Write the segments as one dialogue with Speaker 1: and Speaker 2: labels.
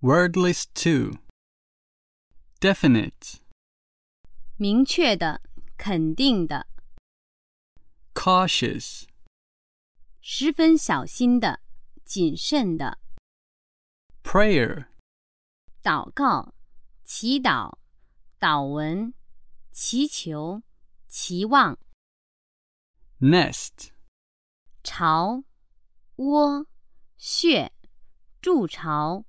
Speaker 1: Word list 2 Definite
Speaker 2: 明确的、肯定的、
Speaker 1: Cautious
Speaker 2: 十分小心的、谨慎的
Speaker 1: Prayer
Speaker 2: 祷告、祈祷、祷文、祈求、期望、
Speaker 1: Nest
Speaker 2: 巢、窝、穴、筑巢。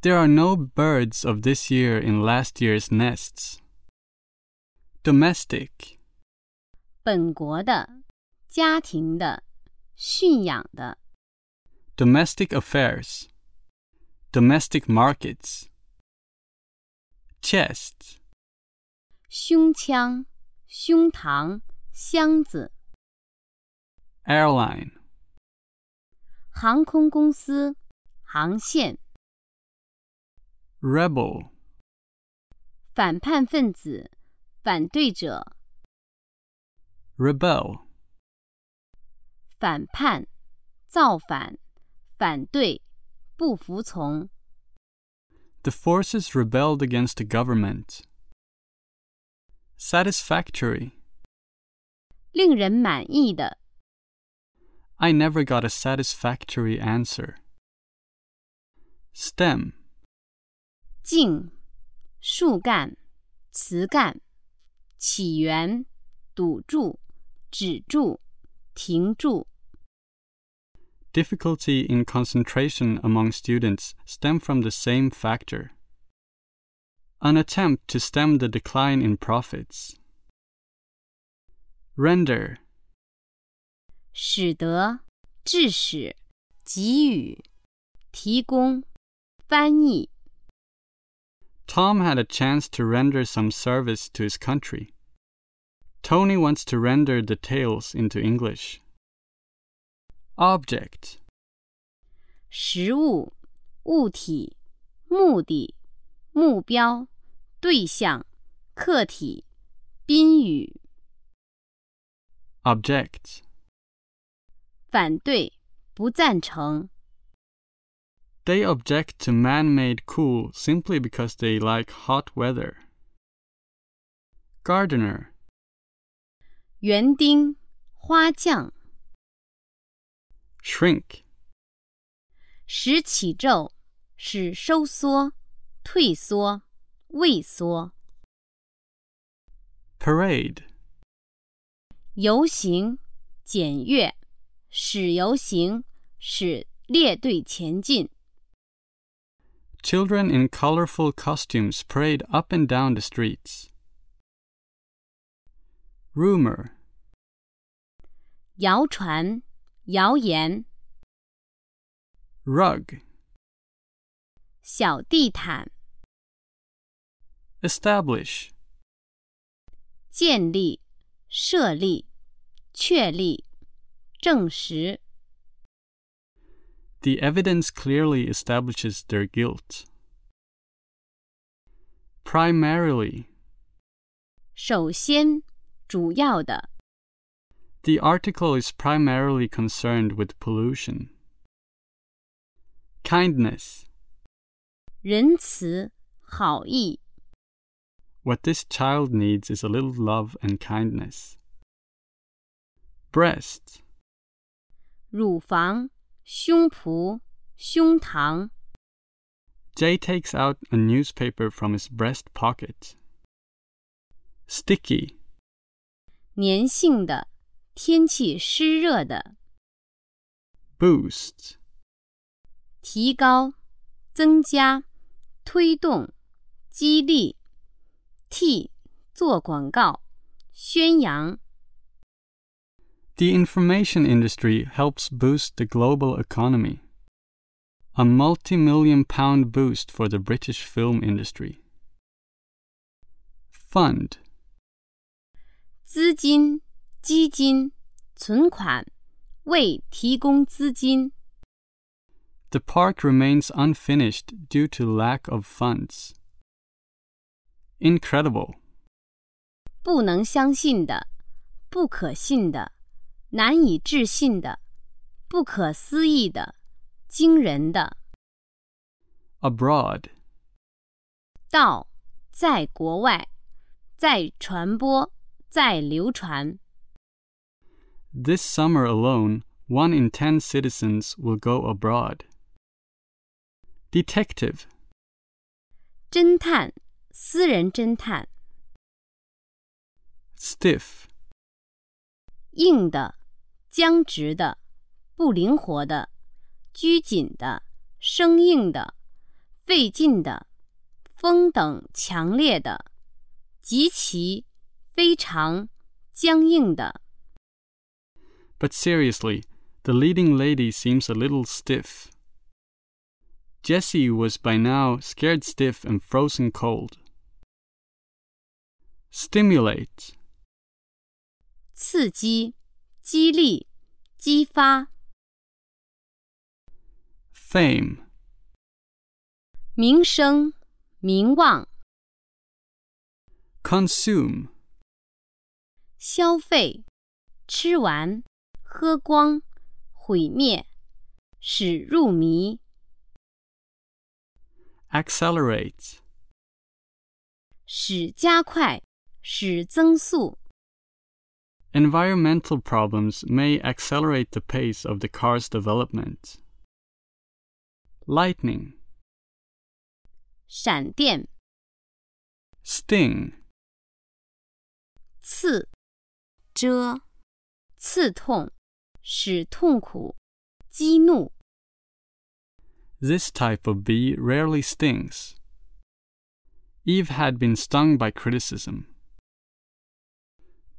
Speaker 1: There are no birds of this year in last year's nests. Domestic
Speaker 2: 本国的、家庭的、驯养的、
Speaker 1: Domestic affairs Domestic markets Chest
Speaker 2: 胸腔、胸膛、箱子、
Speaker 1: Airline
Speaker 2: 航空公司、航线、
Speaker 1: Rebel
Speaker 2: 反叛分子、反对者、
Speaker 1: Rebel
Speaker 2: 反叛、造反、反对、不服从、
Speaker 1: The forces rebelled against the government. Satisfactory
Speaker 2: 令人满意的、
Speaker 1: I never got a satisfactory answer. Stem
Speaker 2: 茎、树干、词干、起源、堵住、止住、停住、
Speaker 1: Difficulty in concentration among students stem from the same factor. An attempt to stem the decline in profits. Render
Speaker 2: 使得、致使、给予、提供、翻译。
Speaker 1: Tom had a chance to render some service to his country. Tony wants to render the tales into English. Object
Speaker 2: 实物、物体、目的、目标、对象、客体、宾语、
Speaker 1: Object
Speaker 2: 反对、不赞成、
Speaker 1: They object to man made cool simply because they like hot weather. Gardener
Speaker 2: 园丁、花匠、
Speaker 1: Shrink.
Speaker 2: 使起皱、使收缩、退缩、畏缩、
Speaker 1: Parade.
Speaker 2: 游行、检阅、使游行、使列队前进、
Speaker 1: Children in colorful costumes parade up and down the streets. Rumor.
Speaker 2: 谣传、谣言、
Speaker 1: Rug.
Speaker 2: 小地毯、
Speaker 1: Establish.
Speaker 2: 建立、设立、确立、证实、
Speaker 1: The evidence clearly establishes their guilt. Primarily.
Speaker 2: 首先、主要的、
Speaker 1: The article is primarily concerned with pollution. Kindness.
Speaker 2: 仁慈、好意、
Speaker 1: What this child needs is a little love and kindness. Breast.
Speaker 2: 乳房、胸脯、胸膛、
Speaker 1: Jay takes out a newspaper from his breast pocket. Sticky.
Speaker 2: 粘性的、天气湿热的、
Speaker 1: Boost.
Speaker 2: 提高、增加、推动、激励、替做广告、宣扬。
Speaker 1: The information industry helps boost the global economy. A multi million pound boost for the British film industry. Fund.
Speaker 2: 资金、基金、存款未提供资金，
Speaker 1: The park remains unfinished due to lack of funds. Incredible.
Speaker 2: 不能相信的、不可信的、难以置信的、不可思议的、惊人的。
Speaker 1: abroad,
Speaker 2: 到在国外，在传播，在流传。
Speaker 1: This summer alone, one in ten citizens will go abroad. Detective
Speaker 2: 侦探，私人侦探，
Speaker 1: Stiff
Speaker 2: 硬的、僵直的、不灵活的、拘谨的、生硬的、费劲的、风等强烈的、极其、非常、僵硬的。
Speaker 1: But seriously, the leading lady seems a little stiff. Jessie was by now scared stiff and frozen cold. Stimulate.
Speaker 2: 刺激、激励、激发、
Speaker 1: Fame.
Speaker 2: 名声、名望、
Speaker 1: Consume.
Speaker 2: 消费、吃完、喝光、毁灭、使入迷、
Speaker 1: Accelerate.
Speaker 2: 使加快、使增速、
Speaker 1: Environmental problems may accelerate the pace of the car's development. Lightning.
Speaker 2: 闪电、
Speaker 1: Sting.
Speaker 2: 刺、蛰、刺痛、使痛苦、激怒、
Speaker 1: This type of bee rarely stings. Eve had been stung by criticism.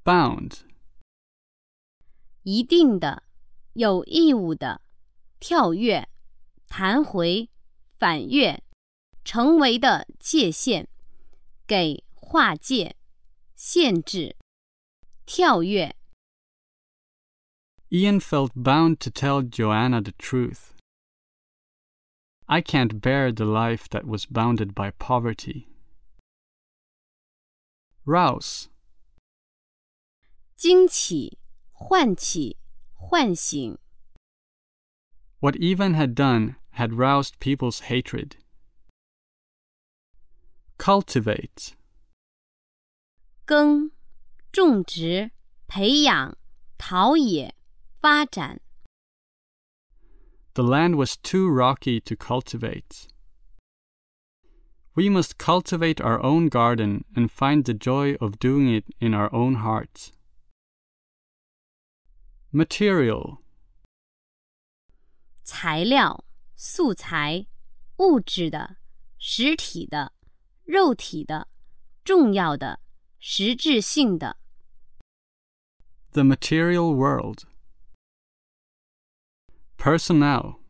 Speaker 1: Bound.
Speaker 2: 一定的、有义务的、跳跃、弹回、反越、成为的界限，给划界、限制、跳跃。
Speaker 1: Ian felt bound to tell Joanna the truth. I can't bear the life that was bounded by poverty. Rouse.
Speaker 2: 惊起、唤起、唤醒。
Speaker 1: What Ivan had done had roused people's hatred. Cultivate.
Speaker 2: 耕、种植、培养、陶冶、发展。
Speaker 1: The land was too rocky to cultivate. We must cultivate our own garden and find the joy of doing it in our own hearts. Material
Speaker 2: 材料、素材、物质的、实体的、肉体的、重要的、实质性的
Speaker 1: The material world. Personnel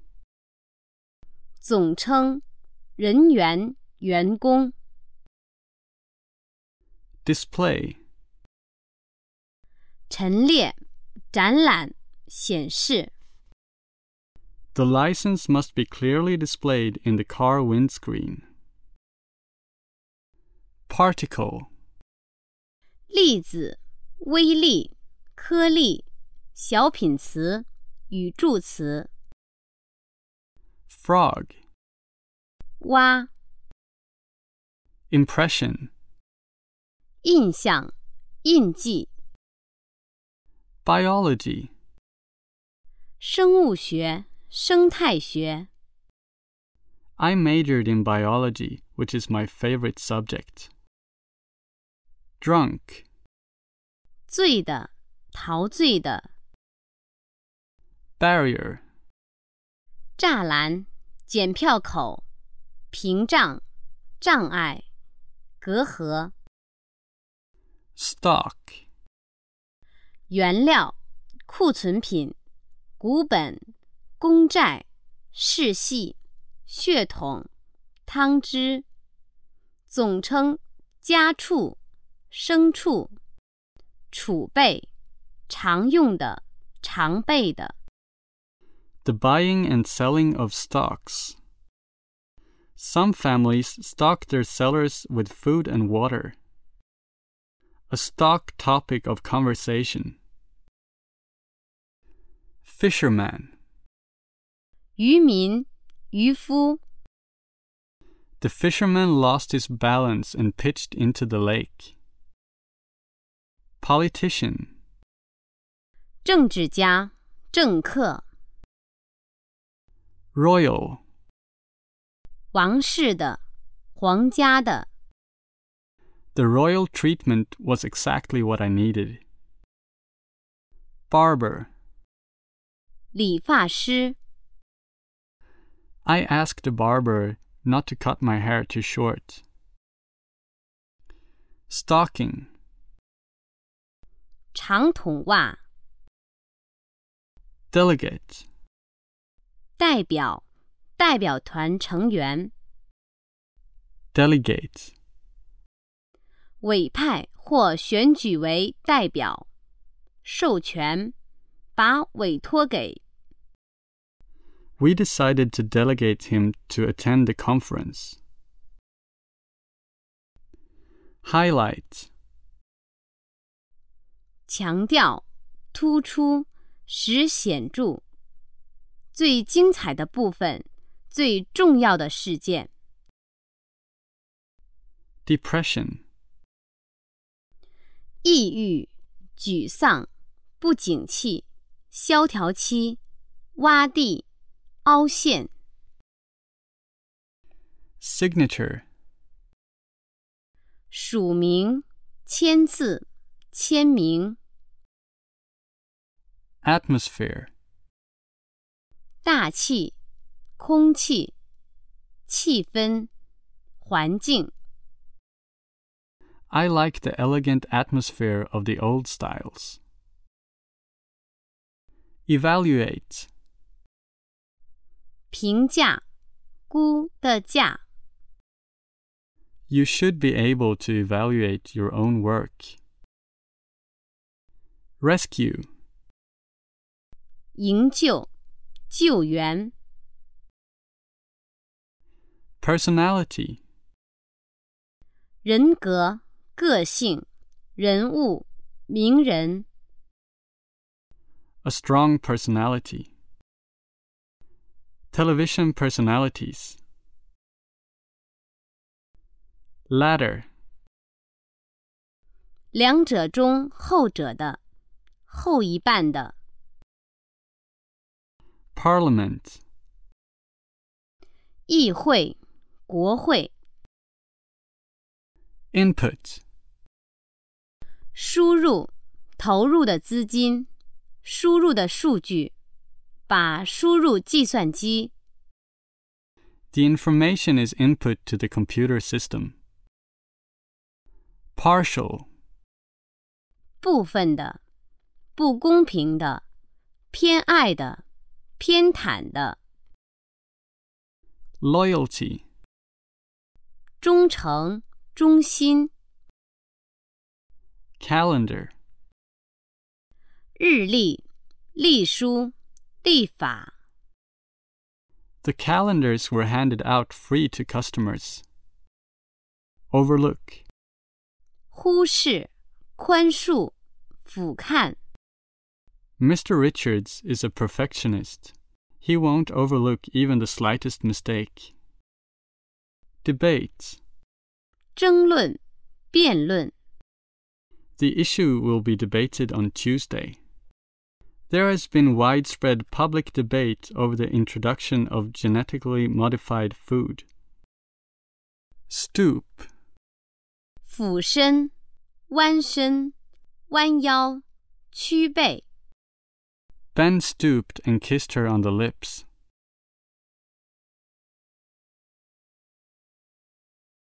Speaker 2: 总称、人员、员工、
Speaker 1: display
Speaker 2: 陈列、展览、显示。
Speaker 1: The license must be clearly displayed in the car windscreen. Particle
Speaker 2: 粒子、微粒、颗粒、小品词、语助词、
Speaker 1: frog
Speaker 2: 蛙、
Speaker 1: impression
Speaker 2: 印象、印记、
Speaker 1: biology
Speaker 2: 生物学、生态学、
Speaker 1: I majored in biology, which is my favorite subject. Drunk
Speaker 2: 醉的、陶醉的、
Speaker 1: barrier
Speaker 2: 栅栏、检票口、屏障、障碍、隔阂、
Speaker 1: stock
Speaker 2: 原料、库存品、股本、公债、世系、血统、汤汁，总称家畜、牲畜、储备、常用的、常备的、
Speaker 1: the buying and selling of stocks. Some families stock their cellars with food and water. A stock topic of conversation. Fisherman.
Speaker 2: 渔民、渔夫。
Speaker 1: The fisherman lost his balance and pitched into the lake. Politician.
Speaker 2: 政治家、政客、
Speaker 1: Royal.
Speaker 2: 王室的、皇家的、
Speaker 1: The royal treatment was exactly what I needed. Barber.
Speaker 2: 理发师。
Speaker 1: I asked the barber not to cut my hair too short. Stocking.
Speaker 2: 长筒袜
Speaker 1: Delegate.
Speaker 2: 代表代表团成员
Speaker 1: Delegate.
Speaker 2: 委派或选举为代表，授权把委托给
Speaker 1: We decided to delegate him to attend the conference. Highlight.
Speaker 2: 强调、突出、使显著最精彩的部分、最重要的事件。
Speaker 1: Depression.
Speaker 2: 抑郁、沮丧、不景气、萧条期、洼地、凹陷、
Speaker 1: Signature.
Speaker 2: 署名、签字、签名、
Speaker 1: Atmosphere.
Speaker 2: 大气、空气、气氛、环境、
Speaker 1: I like the elegant atmosphere of the old styles. Evaluate.
Speaker 2: 评价、估的价、
Speaker 1: You should be able to evaluate your own work. Rescue.
Speaker 2: 营救、救援、
Speaker 1: Personality.
Speaker 2: 人格、个性、人物、名人、
Speaker 1: A strong personality. Television personalities. Ladder.
Speaker 2: 两者中后者的、后一半的、
Speaker 1: Parliament.
Speaker 2: 议会、国会、
Speaker 1: Input.
Speaker 2: 输入、投入的资金、输入的数据，把输入计算机。
Speaker 1: The information is input to the computer system. Partial.
Speaker 2: 部分的、不公平的、偏爱的、偏袒的、
Speaker 1: Loyalty.
Speaker 2: 忠诚、忠心、
Speaker 1: Calendar.
Speaker 2: 日历、历书、历法、
Speaker 1: The calendars were handed out free to customers. Overlook.
Speaker 2: 忽视、宽恕、俯瞰、
Speaker 1: Mr. Richards is a perfectionist. He won't overlook even the slightest mistake. Debate.
Speaker 2: 争论、辩论、
Speaker 1: The issue will be debated on Tuesday. There has been widespread public debate over the introduction of genetically modified food. Stoop.
Speaker 2: 俯身、弯身、弯腰、屈背。
Speaker 1: Ben stooped and kissed her on the lips.